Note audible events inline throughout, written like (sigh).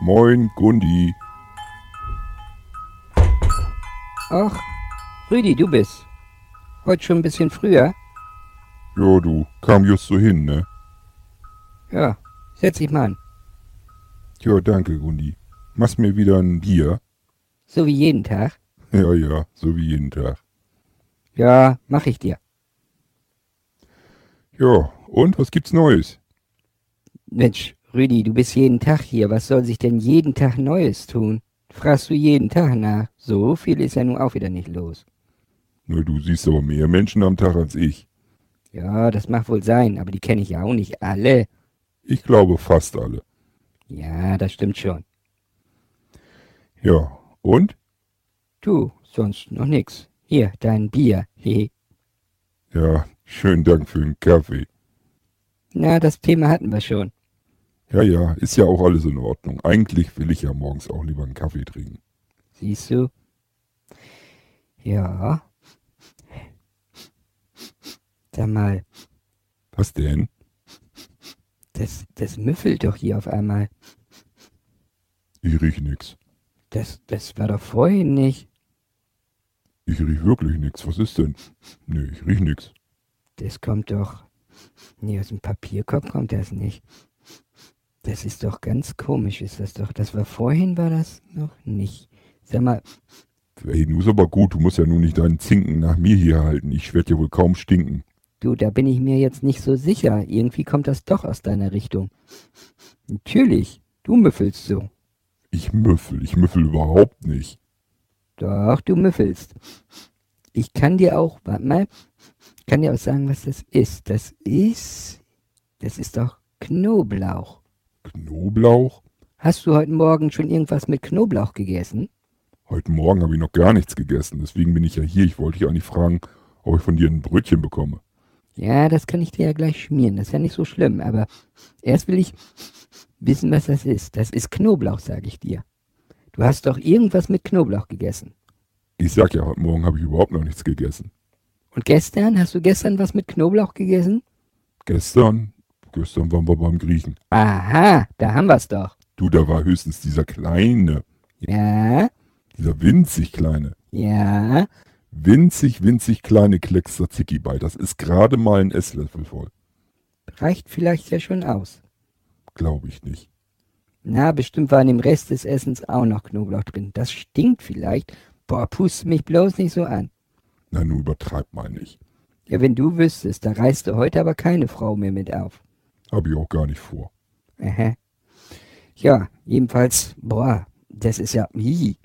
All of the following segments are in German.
Moin, Gundi. Ach, Rüdi, du bist. Heute schon ein bisschen früher. Ja, du, kam just so hin, ne? Ja, setz dich mal an. Tja, danke, Gundi. Machst mir wieder ein Bier? (laughs) So wie jeden Tag. Ja, ja, so wie jeden Tag. Ja, mach ich dir. Ja, und was gibt's Neues? Mensch, Rüdi, du bist jeden Tag hier. Was soll sich denn jeden Tag Neues tun? Fragst du jeden Tag nach. So viel ist ja nun auch wieder nicht los. Na, du siehst aber mehr Menschen am Tag als ich. Ja, das mag wohl sein, aber die kenne ich ja auch nicht alle. Ich glaube fast alle. Ja, das stimmt schon. Ja, und? Du, sonst noch nix. Hier, dein Bier. Hehe. Ja, schönen Dank für den Kaffee. Na, das Thema hatten wir schon. Ja, ja, ist ja auch alles in Ordnung. Eigentlich will ich ja morgens auch lieber einen Kaffee trinken. Siehst du? Ja. Sag mal, Was denn? das, das müffelt doch hier auf einmal. Ich riech nix. Das, das war doch vorhin nicht. Ich riech wirklich nix. Was ist denn? Nee, ich riech nix. Das kommt doch. Nee, aus dem Papierkorb kommt das nicht. Das ist doch ganz komisch, ist das doch. Das war vorhin, war das noch nicht. Sag mal, Hey, du ist aber gut. Du musst ja nun nicht deinen Zinken nach mir hier halten. Ich werd ja wohl kaum stinken. du, da bin ich mir jetzt nicht so sicher. Irgendwie kommt das doch aus deiner Richtung. Natürlich, du müffelst so. Ich müffel. Ich müffel überhaupt nicht. Doch, du müffelst. Ich kann dir auch, warte mal, kann dir auch sagen, was das ist. Das ist, das ist doch Knoblauch. Knoblauch? Hast du heute Morgen schon irgendwas mit Knoblauch gegessen? Heute Morgen habe ich noch gar nichts gegessen. Deswegen bin ich ja hier. Ich wollte dich eigentlich fragen, ob ich von dir ein Brötchen bekomme. Ja, das kann ich dir ja gleich schmieren. Das ist ja nicht so schlimm. Aber erst will ich wissen, was das ist. Das ist Knoblauch, sage ich dir. Du hast doch irgendwas mit Knoblauch gegessen. Ich sag ja, heute Morgen habe ich überhaupt noch nichts gegessen. Und gestern, hast du gestern was mit Knoblauch gegessen? Gestern? Gestern waren wir beim Griechen. Aha, da haben wir's doch. Du, da war höchstens dieser kleine, Ja, dieser winzig kleine, ja. winzig, winzig kleine Klecks Tzatziki bei. Das ist gerade mal ein Esslöffel voll. Reicht vielleicht ja schon aus. Glaube ich nicht. Na, bestimmt war in dem Rest des Essens auch noch Knoblauch drin. Das stinkt vielleicht. Boah, pust mich bloß nicht so an. Na, nun übertreib mal nicht. Ja, wenn du wüsstest, da reißt du heute aber keine Frau mehr mit auf. Habe ich auch gar nicht vor. Aha. Ja, jedenfalls, boah, das ist ja, hi.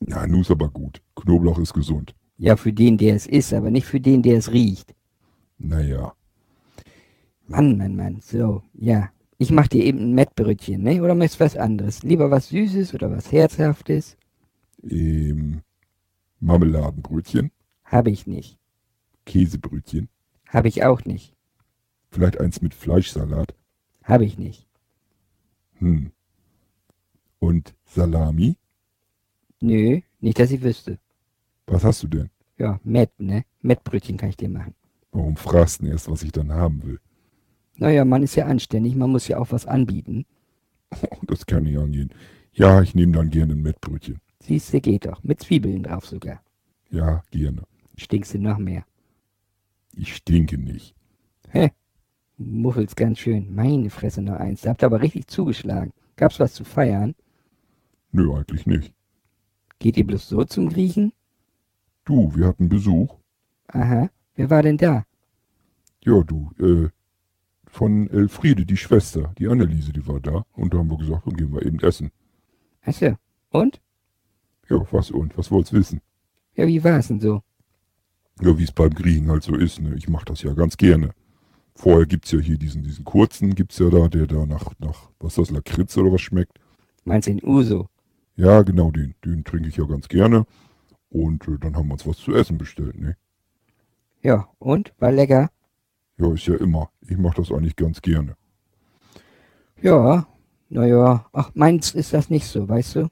Na, nun ist aber gut. Knoblauch ist gesund. ja, für den, der es isst, aber nicht für den, der es riecht. Naja, Mann, Mann, Mann, so, ja. Ich mach dir eben ein Mettbrötchen, ne? Oder möchtest was anderes? Lieber was Süßes oder was Herzhaftes? ähm, Marmeladenbrötchen, Habe ich nicht. Käsebrötchen, Habe ich auch nicht. vielleicht eins mit Fleischsalat. Habe ich nicht. Hm. Und Salami? Nö, nicht, dass ich wüsste. Was hast du denn? Ja, Mett, ne? Mettbrötchen kann ich dir machen. Warum fragst du denn erst, was ich dann haben will? Naja, man ist ja anständig, man muss ja auch was anbieten. Oh, das kann ich angehen. Ja, ich nehme dann gerne ein Mettbrötchen. Siehste, geht doch. Mit Zwiebeln drauf sogar. Ja, gerne. Stinkst du noch mehr. Ich stinke nicht. Muffelst ganz schön. Meine Fresse noch eins. Da habt ihr aber richtig zugeschlagen. Gab's was zu feiern? Nö, eigentlich nicht. Geht ihr bloß so zum Griechen? Du, wir hatten Besuch. Aha. Wer war denn da? Ja, du, äh, von Elfriede, die Schwester, die Anneliese, die war da. Und da haben wir gesagt, dann gehen wir eben essen. Achso. Und? Ja, was und? Was wollt's wissen? Ja, wie war's denn so? Ja, wie es beim Griechen halt so ist, ne? Ich mache das ja ganz gerne. Vorher gibt's ja hier diesen, diesen kurzen, gibt's ja da, der da nach, nach, was ist das, Lakritz oder was schmeckt. Meinst du in Uso? Ja, genau, den, den trinke ich ja ganz gerne. Und äh, dann haben wir uns was zu essen bestellt, ne? Ja, und? War lecker? Ja, ist ja immer. Ich mache das eigentlich ganz gerne. Ja. Naja. Ach, meins ist das nicht so, weißt du?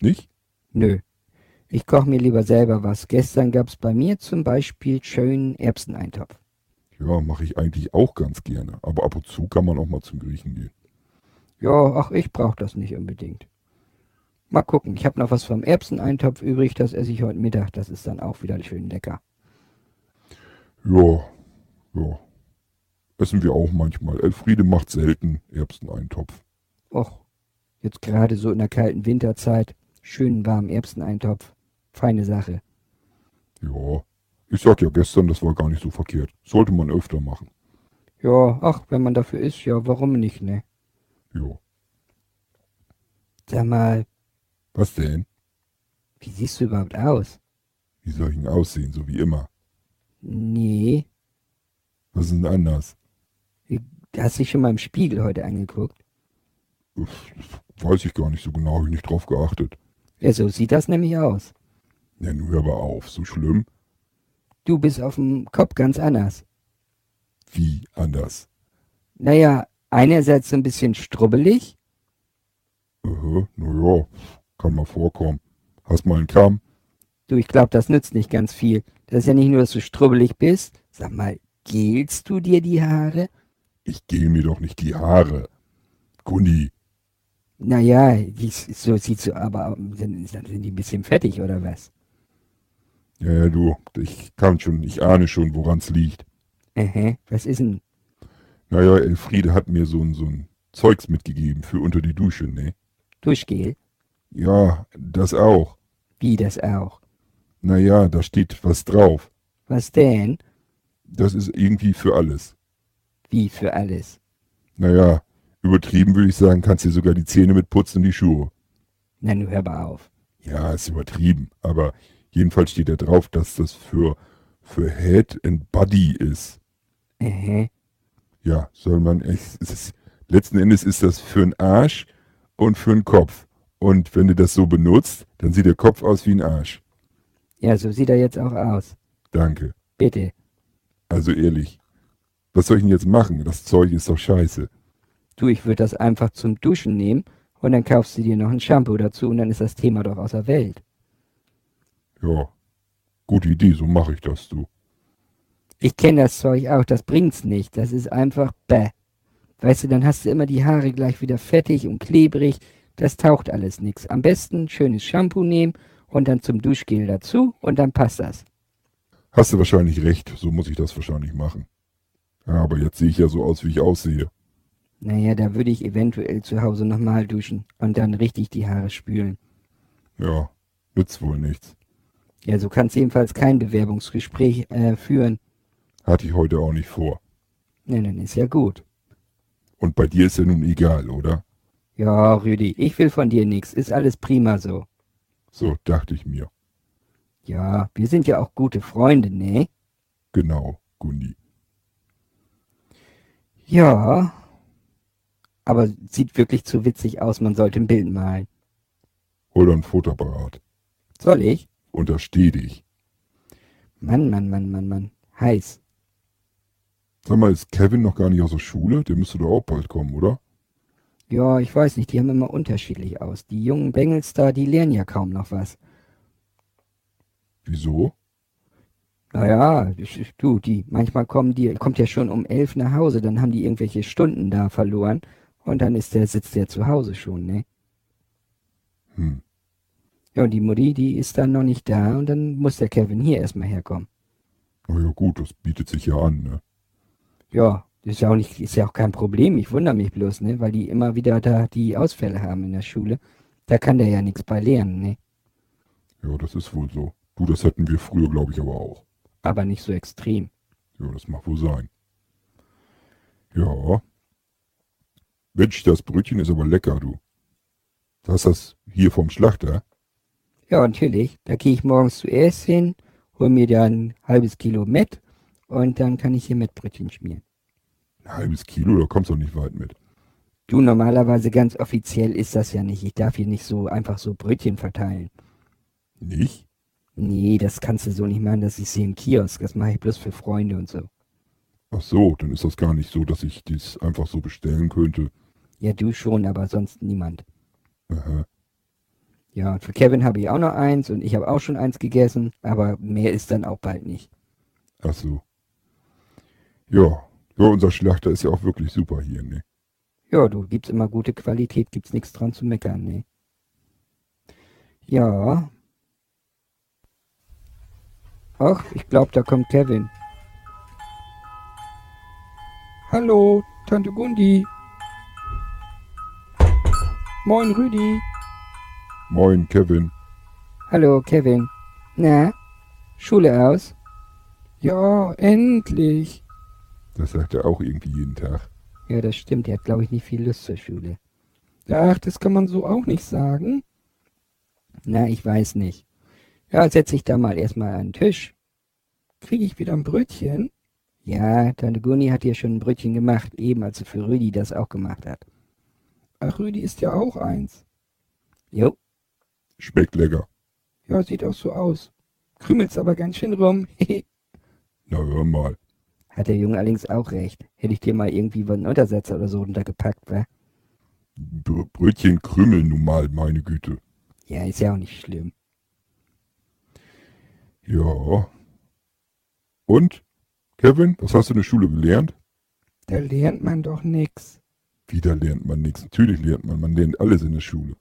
Nicht? Nö. Ich koche mir lieber selber was. Gestern gab's bei mir zum Beispiel schönen Erbseneintopf. Ja, mache ich eigentlich auch ganz gerne. Aber ab und zu kann man auch mal zum Griechen gehen. Ja, ach, ich brauche das nicht unbedingt. Mal gucken, ich habe noch was vom Erbseneintopf übrig, das esse ich heute Mittag, das ist dann auch wieder schön lecker. Ja, ja. Essen wir auch manchmal. Elfriede macht selten Erbseneintopf. Och, jetzt gerade so in der kalten Winterzeit, schönen warmen Erbseneintopf, feine Sache. Ja. Ich sag ja gestern, das war gar nicht so verkehrt. Sollte man öfter machen. Ja, ach, wenn man dafür ist, ja, warum nicht, ne? Ja. Sag mal, Was denn? wie siehst du überhaupt aus? Wie soll ich denn aussehen, so wie immer? Nee, Was ist denn anders? hast dich schon mal im Spiegel heute angeguckt? Uff, Weiß ich gar nicht so genau, habe ich nicht drauf geachtet. Ja, so Also, sieht das nämlich aus. Ja, nun hör aber auf, so schlimm Du bist auf dem Kopf ganz anders. wie anders. Naja, einerseits so ein bisschen strubbelig. Aha, na ja, kann mal vorkommen. Hast mal einen Kamm? Du, ich glaube, das nützt nicht ganz viel. Das ist ja nicht nur, dass du strubbelig bist. Sag mal, gelst du dir die Haare? Ich gehe mir doch nicht die Haare. Gundi, Naja, die, s- so sieht so, aber sind, sind die ein bisschen fettig oder was? ja, ja, du, ich kann schon, ich ahne schon, woran's liegt. Aha, was ist denn? Naja, Elfriede hat mir so ein, so ein Zeugs mitgegeben für unter die Dusche, ne? Duschgel? Ja, das auch. Wie das auch? Naja, da steht was drauf. Was denn? Das ist irgendwie für alles. Wie für alles? Naja, übertrieben würde ich sagen, kannst dir sogar die Zähne mit putzen und die Schuhe. Na, nun hör mal auf. Ja, ist übertrieben, aber jedenfalls steht da drauf, dass das für, für Head and Body ist. Aha, Ja, soll man echt. (laughs) Es ist, letzten Endes ist das für einen Arsch und für einen Kopf. Und wenn du das so benutzt, dann sieht der Kopf aus wie ein Arsch. ja, so sieht er jetzt auch aus. Danke. Bitte. Also ehrlich. Was soll ich denn jetzt machen? Das Zeug ist doch scheiße. Du, ich würde das einfach zum Duschen nehmen und dann kaufst du dir noch ein Shampoo dazu und dann ist das Thema doch aus der Welt. Ja. Gute Idee, so mache ich das, du. Ich kenne das Zeug auch, das bringt's nicht. Das ist einfach bäh. Weißt du, dann hast du immer die Haare gleich wieder fettig und klebrig. Das taucht alles nix. Am besten schönes Shampoo nehmen und dann zum Duschgel dazu und dann passt das. Hast du wahrscheinlich recht, so muss ich das wahrscheinlich machen. Ja, aber jetzt sehe ich ja so aus, wie ich aussehe. Naja, da würde ich eventuell zu Hause nochmal duschen und dann richtig die Haare spülen. Ja, nützt wohl nichts. Ja, so kannst jedenfalls kein Bewerbungsgespräch äh, führen. Hatte ich heute auch nicht vor. Na, dann ist ja gut. Und bei dir ist ja nun egal, oder? Ja, Rüdi, ich will von dir nichts. Ist alles prima so. So dachte ich mir. Ja, wir sind ja auch gute Freunde, ne? Genau, Gundi. Ja. Aber sieht wirklich zu witzig aus. Man sollte ein Bild malen. Hol doch ein Fotoapparat. Soll ich? Untersteh dich. Mann, Mann, Mann, Mann, Mann. Heiß. Sag mal, ist Kevin noch gar nicht aus der Schule? Der müsste doch auch bald kommen, oder? Ja, ich weiß nicht. Die haben immer unterschiedlich aus. Die jungen Bengels da, die lernen ja kaum noch was. Wieso? Naja, ich- du, die, manchmal kommen die, kommt ja schon um elf nach Hause. Dann haben die irgendwelche Stunden da verloren. Und dann ist der, sitzt der zu Hause schon, ne? Hm. Ja, und die Mutti, die ist dann noch nicht da und dann muss der Kevin hier erstmal herkommen. Na ja gut, das bietet sich ja an, ne? Ja, ist ja auch nicht, ist ja auch kein Problem. Ich wundere mich bloß, ne, weil die immer wieder da die Ausfälle haben in der Schule. Da kann der ja nichts bei lernen, ne? Ja, das ist wohl so. Du, das hatten wir früher, glaube ich, aber auch. Aber nicht so extrem. Ja, das mag wohl sein. Ja. Mensch, das Brötchen ist aber lecker, du. Das ist das hier vom Schlachter. Ja, natürlich. Da gehe ich morgens zuerst hin, hol mir da ein halbes Kilo mit und dann kann ich hier mit Brötchen schmieren. Ein halbes Kilo, da kommst du nicht weit mit. Du, normalerweise ganz offiziell ist das ja nicht. Ich darf hier nicht so einfach so Brötchen verteilen. Nicht? Nee, das kannst du so nicht machen, das ist hier im Kiosk. Das mache ich bloß für Freunde und so. Ach so, dann ist das gar nicht so, dass ich dies einfach so bestellen könnte. Ja, du schon, aber sonst niemand. Aha. Ja, und für Kevin habe ich auch noch eins und ich habe auch schon eins gegessen, aber mehr ist dann auch bald nicht. Ach so. Ja. ja, unser Schlachter ist ja auch wirklich super hier, ne? Ja, du gibst immer gute Qualität, gibt's nichts dran zu meckern, nee. Ja. Ach, ich glaube, da kommt Kevin. Hallo, Tante Gundi. Moin, Rüdi. Moin, Kevin. Hallo, Kevin. Na, Schule aus? Ja, endlich. Das sagt er auch irgendwie jeden Tag. Ja, das stimmt. Er hat, glaube ich, nicht viel Lust zur Schule. Ach, das kann man so auch nicht sagen. Na, ich weiß nicht. Ja, setz dich da mal erstmal an den Tisch. Kriege ich wieder ein Brötchen? Ja, Tante Gunni hat hier schon ein Brötchen gemacht, eben als sie für Rüdi das auch gemacht hat. Ach, Rüdi ist ja auch eins. Jo, Schmeckt lecker. Ja, sieht auch so aus. Krümelt's aber ganz schön rum. (laughs) Na, hör mal. hat der Junge allerdings auch recht. Hätte ich dir mal irgendwie einen Untersetzer oder so runtergepackt, wa? Br Brötchen krümmeln nun mal, meine Güte. Ja, ist ja auch nicht schlimm. Ja. Und? Kevin, was hast du in der Schule gelernt? da lernt man doch nix. Wieder lernt man nichts. Natürlich lernt man. Man lernt alles in der Schule.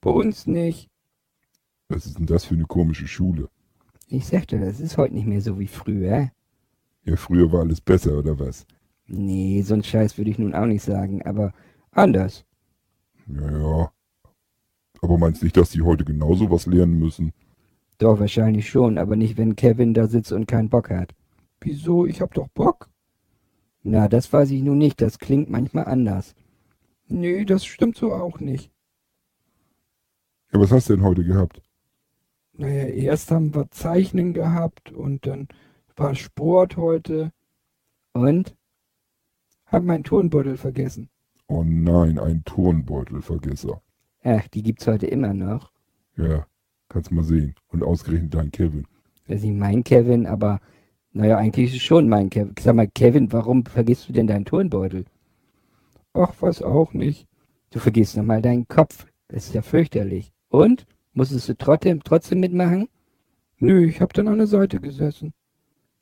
Bei uns nicht. Was ist denn das für eine komische Schule? Ich sag dir, das ist heute nicht mehr so wie früher. Ja, früher war alles besser, oder was? Nee, so einen Scheiß würde ich nun auch nicht sagen, aber anders. Ja, ja. Aber meinst nicht, dass die heute genauso was lernen müssen? Doch, wahrscheinlich schon, aber nicht, wenn Kevin da sitzt und keinen Bock hat. Wieso? Ich hab doch Bock. Na, das weiß ich nun nicht, das klingt manchmal anders. Nee, das stimmt so auch nicht. Ja, was hast du denn heute gehabt? Naja, erst haben wir Zeichnen gehabt und dann war Sport heute. Und? Hab meinen Turnbeutel vergessen. Oh nein, ein Turnbeutelvergesser. Ach, die gibt's heute immer noch. Ja, kannst mal sehen. Und ausgerechnet dein Kevin. Das ist nicht mein Kevin, aber naja, eigentlich ist es schon mein Kevin. Sag mal, Kevin, warum vergisst du denn deinen Turnbeutel? Ach, was auch nicht. Du vergisst nochmal deinen Kopf. Das ist ja fürchterlich. Und? Musstest du trotzdem, trotzdem mitmachen? Nö, ich hab dann an der Seite gesessen.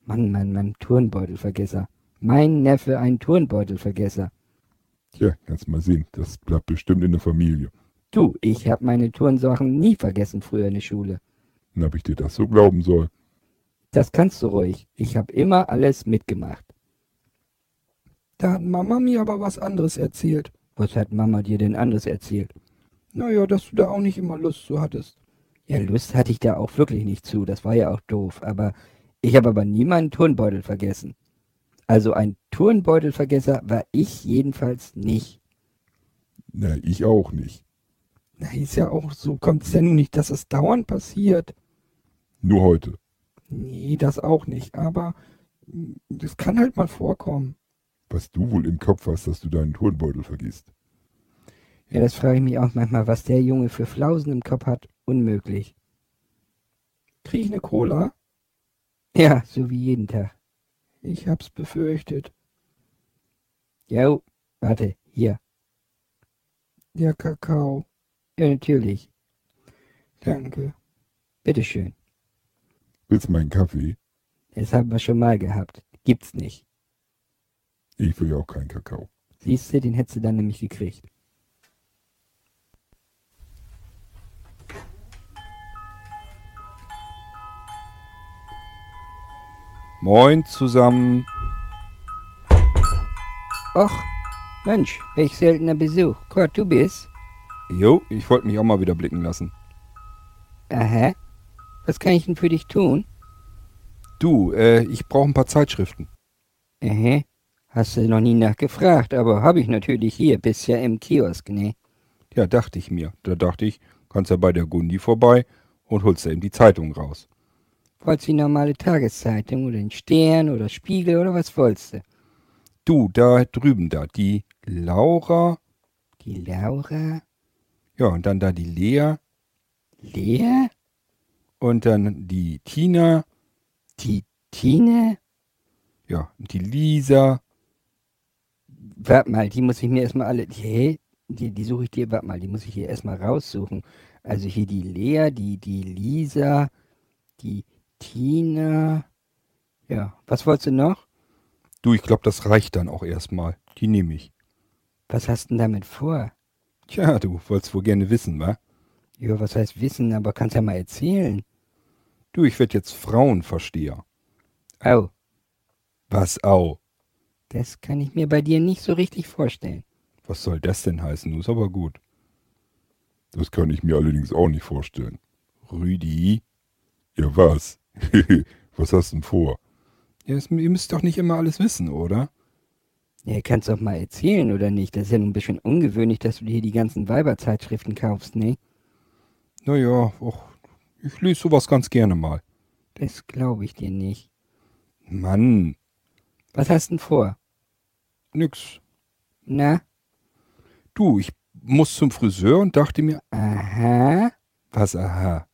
Mann, Mann, Mann, Turnbeutelvergesser. Mein Neffe, ein Turnbeutelvergesser. Tja, kannst mal sehen. Das bleibt bestimmt in der Familie. Du, ich hab meine Turnsachen nie vergessen früher in der Schule. Dann hab ich dir das so glauben soll. Das kannst du ruhig. Ich hab immer alles mitgemacht. Da hat Mama mir aber was anderes erzählt. Was hat Mama dir denn anderes erzählt? Naja, dass du da auch nicht immer Lust zu hattest. Ja, Lust hatte ich da auch wirklich nicht zu. Das war ja auch doof. Aber ich habe aber nie meinen Turnbeutel vergessen. Also ein Turnbeutelvergesser war ich jedenfalls nicht. Na, ich auch nicht. Na, ist ja auch so, kommt's ja nun nicht, dass es dauernd passiert. Nur heute. Nee, das auch nicht, aber mm, das kann halt mal vorkommen. Was du wohl im Kopf hast, dass du deinen Turnbeutel vergisst. Ja, das frage ich mich auch manchmal, was der Junge für Flausen im Kopf hat. Unmöglich. Krieg ich eine Cola? Ja, so wie jeden Tag. Ich hab's befürchtet. Jo, warte, hier. Der Kakao. Ja, natürlich. Danke. Bitteschön. Willst meinen Kaffee? Das haben wir schon mal gehabt. Gibt's nicht. Ich will ja auch keinen Kakao. Siehst du, den hättest du dann nämlich gekriegt. Moin zusammen. Och, Mensch, welch seltener Besuch. Gott, du bist? Jo, ich wollte mich auch mal wieder blicken lassen. Aha. Was kann ich denn für dich tun? Du, äh, ich brauche ein paar Zeitschriften. Aha. Hast du noch nie nachgefragt, aber habe ich natürlich hier, bisher im Kiosk, ne? Ja, dachte ich mir. Da dachte ich, kannst ja bei der Gundi vorbei und holst ja eben die Zeitung raus. Wolltest du die normale Tageszeitung oder den Stern oder Spiegel oder was wolltest du? Du, da drüben da, die Laura. Die Laura? Ja, und dann da die Lea. Lea? Und dann die Tina. Die Tine? Ja, und die Lisa. Warte mal, die muss ich mir erstmal alle. Hä? Die, die suche ich dir, warte mal, die muss ich hier erstmal raussuchen. Also hier die Lea, die, die Lisa, die Tina. Ja, was wolltest du noch? Du, ich glaube, das reicht dann auch erstmal. Die nehme ich. Was hast denn damit vor? Tja, du wolltest wohl gerne wissen, wa? Ja, was heißt wissen, aber kannst ja mal erzählen. Du, ich werd jetzt Frauenversteher. Au, Was au? Oh, das kann ich mir bei dir nicht so richtig vorstellen. Was soll das denn heißen? Du ist aber gut. Das kann ich mir allerdings auch nicht vorstellen. Rüdi, Ja, was? (laughs) was hast denn vor? ja, es, ihr müsst doch nicht immer alles wissen, oder? Ja, kannst doch mal erzählen, oder nicht? Das ist ja nun ein bisschen ungewöhnlich, dass du dir die ganzen Weiberzeitschriften kaufst, ne? Naja, och, ich lese sowas ganz gerne mal. Das glaube ich dir nicht. Mann, Was hast denn vor? nix. Na? Du, ich muss zum Friseur und dachte mir, Aha. was, aha.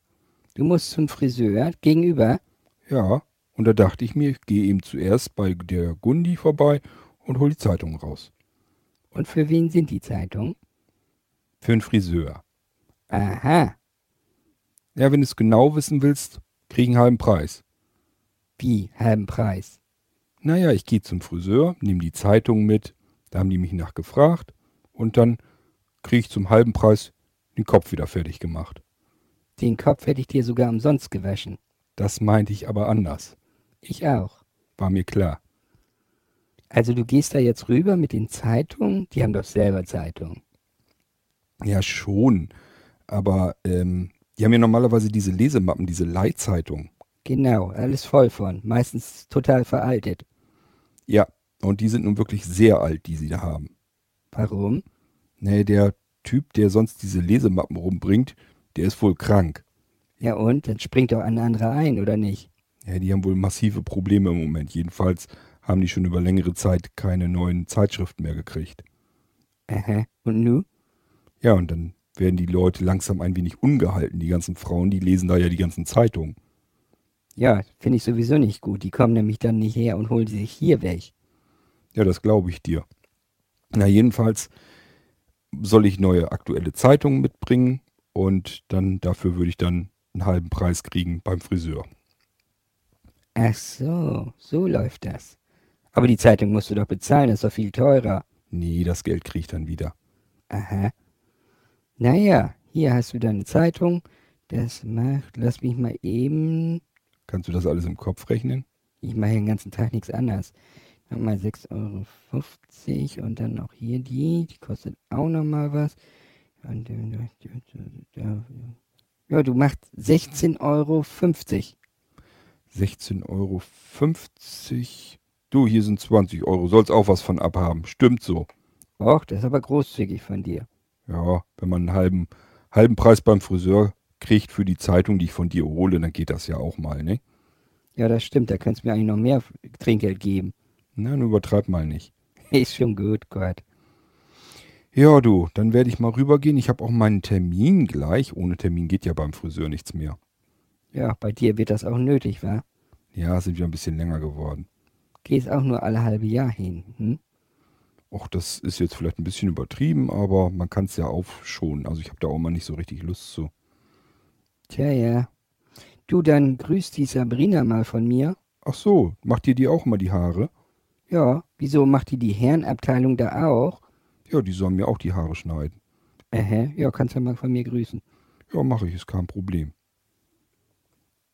Du musst zum Friseur gegenüber. Ja, und da dachte ich mir, ich gehe eben zuerst bei der Gundi vorbei und hol die Zeitung raus. Und für wen sind die Zeitungen? Für einen Friseur. Aha. Ja, wenn du es genau wissen willst, krieg ich einen halben Preis. Wie? Halben Preis. Naja, ich gehe zum Friseur, nehme die Zeitung mit, da haben die mich nachgefragt und dann kriege ich zum halben Preis den Kopf wieder fertig gemacht. Den Kopf hätte ich dir sogar umsonst gewaschen. Das meinte ich aber anders, Ich auch. war mir klar. Also du gehst da jetzt rüber mit den Zeitungen? Die haben doch selber Zeitungen. Ja, schon, aber ähm, die haben ja normalerweise diese Lesemappen, diese Leihzeitung. Genau, alles voll von. Meistens total veraltet. Ja, und die sind nun wirklich sehr alt, die sie da haben. Warum? Nee, der Typ, der sonst diese Lesemappen rumbringt, der ist wohl krank. Ja und? Dann springt doch ein anderer ein, oder nicht? Ja, die haben wohl massive Probleme im Moment. Jedenfalls haben die schon über längere Zeit keine neuen Zeitschriften mehr gekriegt. Aha. Und nu? Ja, und dann werden die Leute langsam ein wenig ungehalten. Die ganzen Frauen, die lesen da ja die ganzen Zeitungen. Ja, finde ich sowieso nicht gut. Die kommen nämlich dann nicht her und holen sie sich hier weg. Ja, das glaube ich dir. Na, jedenfalls soll ich neue aktuelle Zeitungen mitbringen und dann dafür würde ich dann einen halben Preis kriegen beim Friseur. Ach so, so läuft das. Aber die Zeitung musst du doch bezahlen, das ist doch viel teurer. Nee, das Geld kriege ich dann wieder. Aha. Naja, hier hast du deine Zeitung. Das macht, lass mich mal eben. Kannst du das alles im Kopf rechnen? Ich mache den ganzen Tag nichts anderes. Nochmal 6,50 Euro und dann noch hier die. Die kostet auch nochmal was. Und, äh, ja, du machst 16,50 Euro. 16,50 Euro. Du, hier sind 20 Euro. Sollst auch was von abhaben. Stimmt so. Och, das ist aber großzügig von dir. Ja, wenn man einen halben, halben Preis beim Friseur kriegt für die Zeitung, die ich von dir hole, dann geht das ja auch mal, ne? Ja, das stimmt. Da könntest du mir eigentlich noch mehr Trinkgeld geben. Nein, übertreib mal nicht. Ist schon gut, Gott. Ja, du, dann werde ich mal rübergehen. Ich habe auch meinen Termin gleich. Ohne Termin geht ja beim Friseur nichts mehr. Ja, bei dir wird das auch nötig, wa? Ja, sind wir ein bisschen länger geworden. Gehst auch nur alle halbe Jahr hin. Hm? Och, das ist jetzt vielleicht ein bisschen übertrieben, aber man kann es ja aufschonen. Also ich habe da auch mal nicht so richtig Lust zu. Tja, ja. Du, dann grüß die Sabrina mal von mir. Ach so, macht ihr dir auch mal die Haare? Ja, wieso macht die die Herrenabteilung da auch? Ja, die sollen mir auch die Haare schneiden. Ähä, ja, kannst ja mal von mir grüßen. Ja, mache ich, ist kein Problem.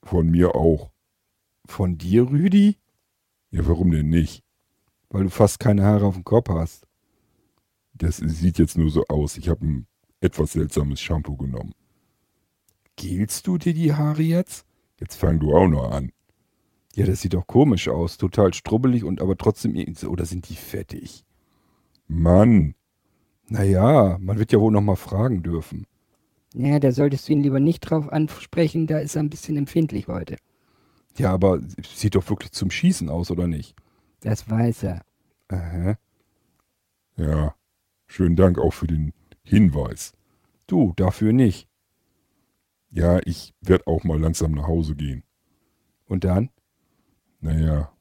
Von mir auch. Von dir, Rüdi? Ja, warum denn nicht? Weil du fast keine Haare auf dem Kopf hast. Das sieht jetzt nur so aus. Ich habe ein etwas seltsames Shampoo genommen. Gelst du dir die Haare jetzt? Jetzt fang du auch noch an. Ja, das sieht doch komisch aus. Total strubbelig und aber trotzdem irgendwie so. Oder sind die fettig? Mann, Naja, man wird ja wohl noch mal fragen dürfen. Naja, da solltest du ihn lieber nicht drauf ansprechen, da ist er ein bisschen empfindlich heute. Ja, aber es sieht doch wirklich zum Schießen aus, oder nicht? Das weiß er. Aha. ja, schönen Dank auch für den Hinweis. Du, dafür nicht. Ja, ich werde auch mal langsam nach Hause gehen. Und dann? Naja,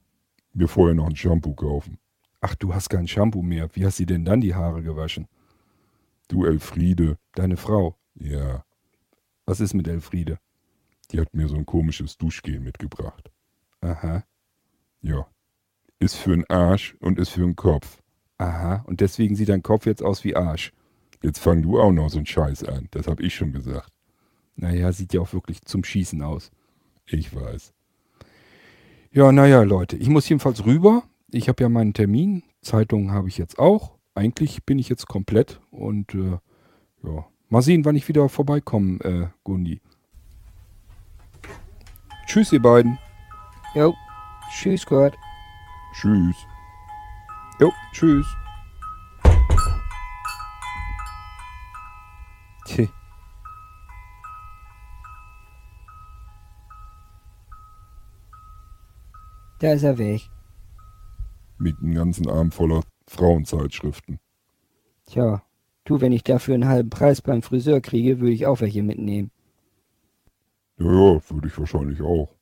mir vorher noch ein Shampoo kaufen. Ach, du hast kein Shampoo mehr. Wie hast du denn dann die Haare gewaschen? Du, Elfriede, Deine Frau. ja, Was ist mit Elfriede? die hat mir so ein komisches Duschgel mitgebracht. Aha. Ja, ist für den Arsch und ist für den Kopf. Aha, und deswegen sieht dein Kopf jetzt aus wie Arsch. Jetzt fang du auch noch so einen Scheiß an. Das habe ich schon gesagt. Naja, sieht ja auch wirklich zum Schießen aus. Ich weiß. Ja, naja, Leute, ich muss jedenfalls rüber. Ich habe ja meinen Termin. Zeitungen habe ich jetzt auch. Eigentlich bin ich jetzt komplett und äh, ja, mal sehen, wann ich wieder vorbeikomme, äh, Gundi. Tschüss, ihr beiden. Jo, tschüss Gott. Tschüss. Jo, tschüss. Tch. Da ist er weg. Mit einem ganzen Arm voller Frauenzeitschriften. Tja, du, wenn ich dafür einen halben Preis beim Friseur kriege, würde ich auch welche mitnehmen. Ja, ja, würde ich wahrscheinlich auch.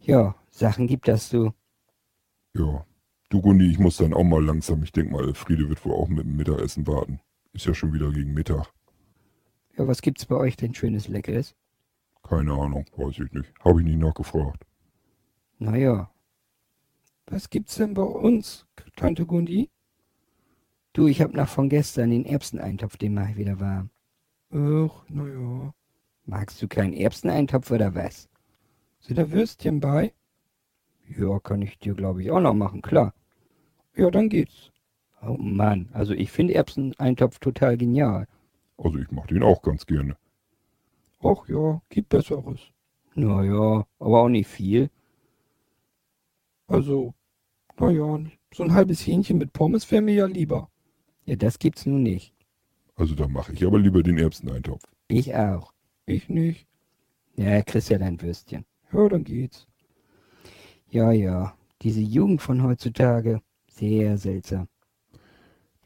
Ja, Sachen gibt das so. Ja. Du, Gundi, ich muss dann auch mal langsam. Ich denke mal, Friede wird wohl auch mit dem Mittagessen warten. Ist ja schon wieder gegen Mittag. Ja, was gibt's bei euch denn schönes Leckeres? Keine Ahnung, weiß ich nicht. Habe ich nicht nachgefragt. Naja, Was gibt's denn bei uns, Tante Gundi? du, ich habe noch von gestern den Erbseneintopf, den mache ich wieder warm. Ach, naja. Magst du keinen Erbseneintopf oder was? Sind da Würstchen bei? Ja, kann ich dir, glaube ich, auch noch machen, klar. Ja, dann geht's. Oh Mann, also ich finde Erbseneintopf total genial. Also ich mache den auch ganz gerne. Ach ja, gibt Besseres. Naja, aber auch nicht viel. Also, naja, so ein halbes Hähnchen mit Pommes wäre mir ja lieber. Ja, das gibt's nun nicht. Also da mache ich aber lieber den Erbseneintopf. Ich auch. Ich nicht. Ja, kriegst ja dein Würstchen. Ja, dann geht's. Ja, ja, diese Jugend von heutzutage, sehr seltsam.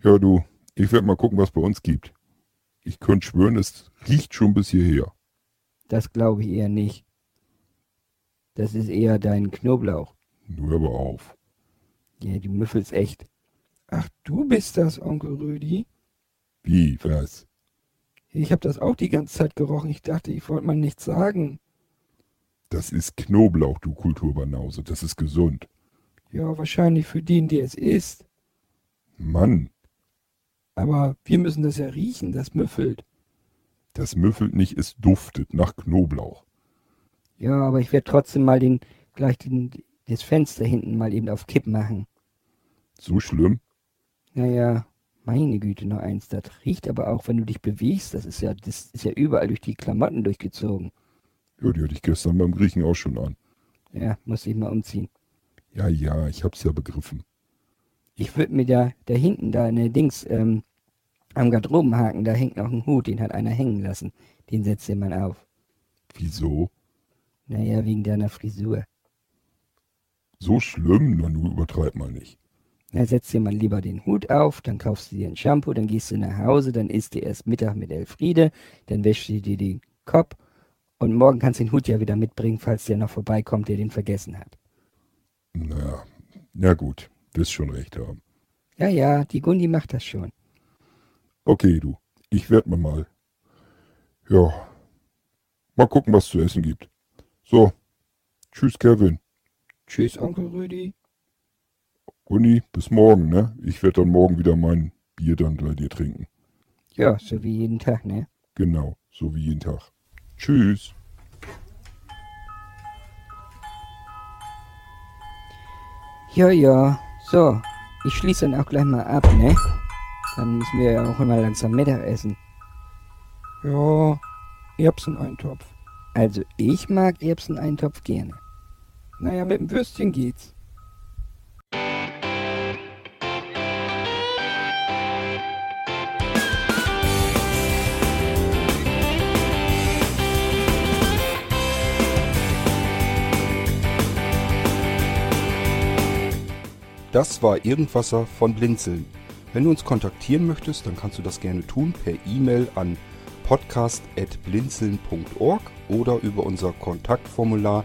Ja, du, ich werde mal gucken, was bei uns gibt. Ich könnte schwören, es riecht schon bis hierher. Das glaube ich eher nicht. Das ist eher dein Knoblauch. Nur aber auf. Ja, du müffelst echt. Ach, du bist das, Onkel Rödi. Wie, was? Ich habe das auch die ganze Zeit gerochen. Ich dachte, ich wollte mal nichts sagen. Das ist Knoblauch, du Kulturbanause. Das ist gesund. Ja, wahrscheinlich für den, der es ist. Mann, Aber wir müssen das ja riechen, das müffelt. das müffelt nicht, es duftet nach Knoblauch. Ja, aber ich werde trotzdem mal den, gleich den, das Fenster hinten mal eben auf Kipp machen. So schlimm? Naja, meine Güte, noch eins. Das riecht aber auch, wenn du dich bewegst. Das ist ja, das ist ja überall durch die Klamotten durchgezogen. Ja, die hatte ich gestern beim Griechen auch schon an. Ja, muss ich mal umziehen. Ja, ja, ich hab's ja begriffen. Ich würde mir da, da hinten, da in der Dings, ähm, am Garderobenhaken, da hängt noch ein Hut, den hat einer hängen lassen. Den setzt jemand auf. Wieso? Naja, wegen deiner Frisur. So schlimm? Na, du übertreib mal nicht. Da setzt dir mal lieber den Hut auf, dann kaufst du dir ein Shampoo, dann gehst du nach Hause, dann isst du erst Mittag mit Elfriede, dann wäschst du dir den Kopf und morgen kannst du den Hut ja wieder mitbringen, falls der noch vorbeikommt, der den vergessen hat. Na, na gut, wirst schon recht haben. Ja, ja, die Gundi macht das schon. Okay, du, ich werd mir mal. Ja, mal gucken, was zu essen gibt. So, tschüss, Kevin. Tschüss, Onkel Rödi. Gunni, bis morgen, ne? Ich werd dann morgen wieder mein Bier dann bei dir trinken. Ja, so wie jeden Tag, ne? Genau, so wie jeden Tag. Tschüss. Ja, ja. So, ich schließe dann auch gleich mal ab, ne? Dann müssen wir ja auch immer langsam Mittag essen. Ja, Erbseneintopf. Also, ich mag Erbseneintopf gerne. Naja, mit dem Würstchen geht's. Das war Irgendwasser von Blinzeln. Wenn du uns kontaktieren möchtest, dann kannst du das gerne tun per E-Mail an podcast.blinzeln.org oder über unser Kontaktformular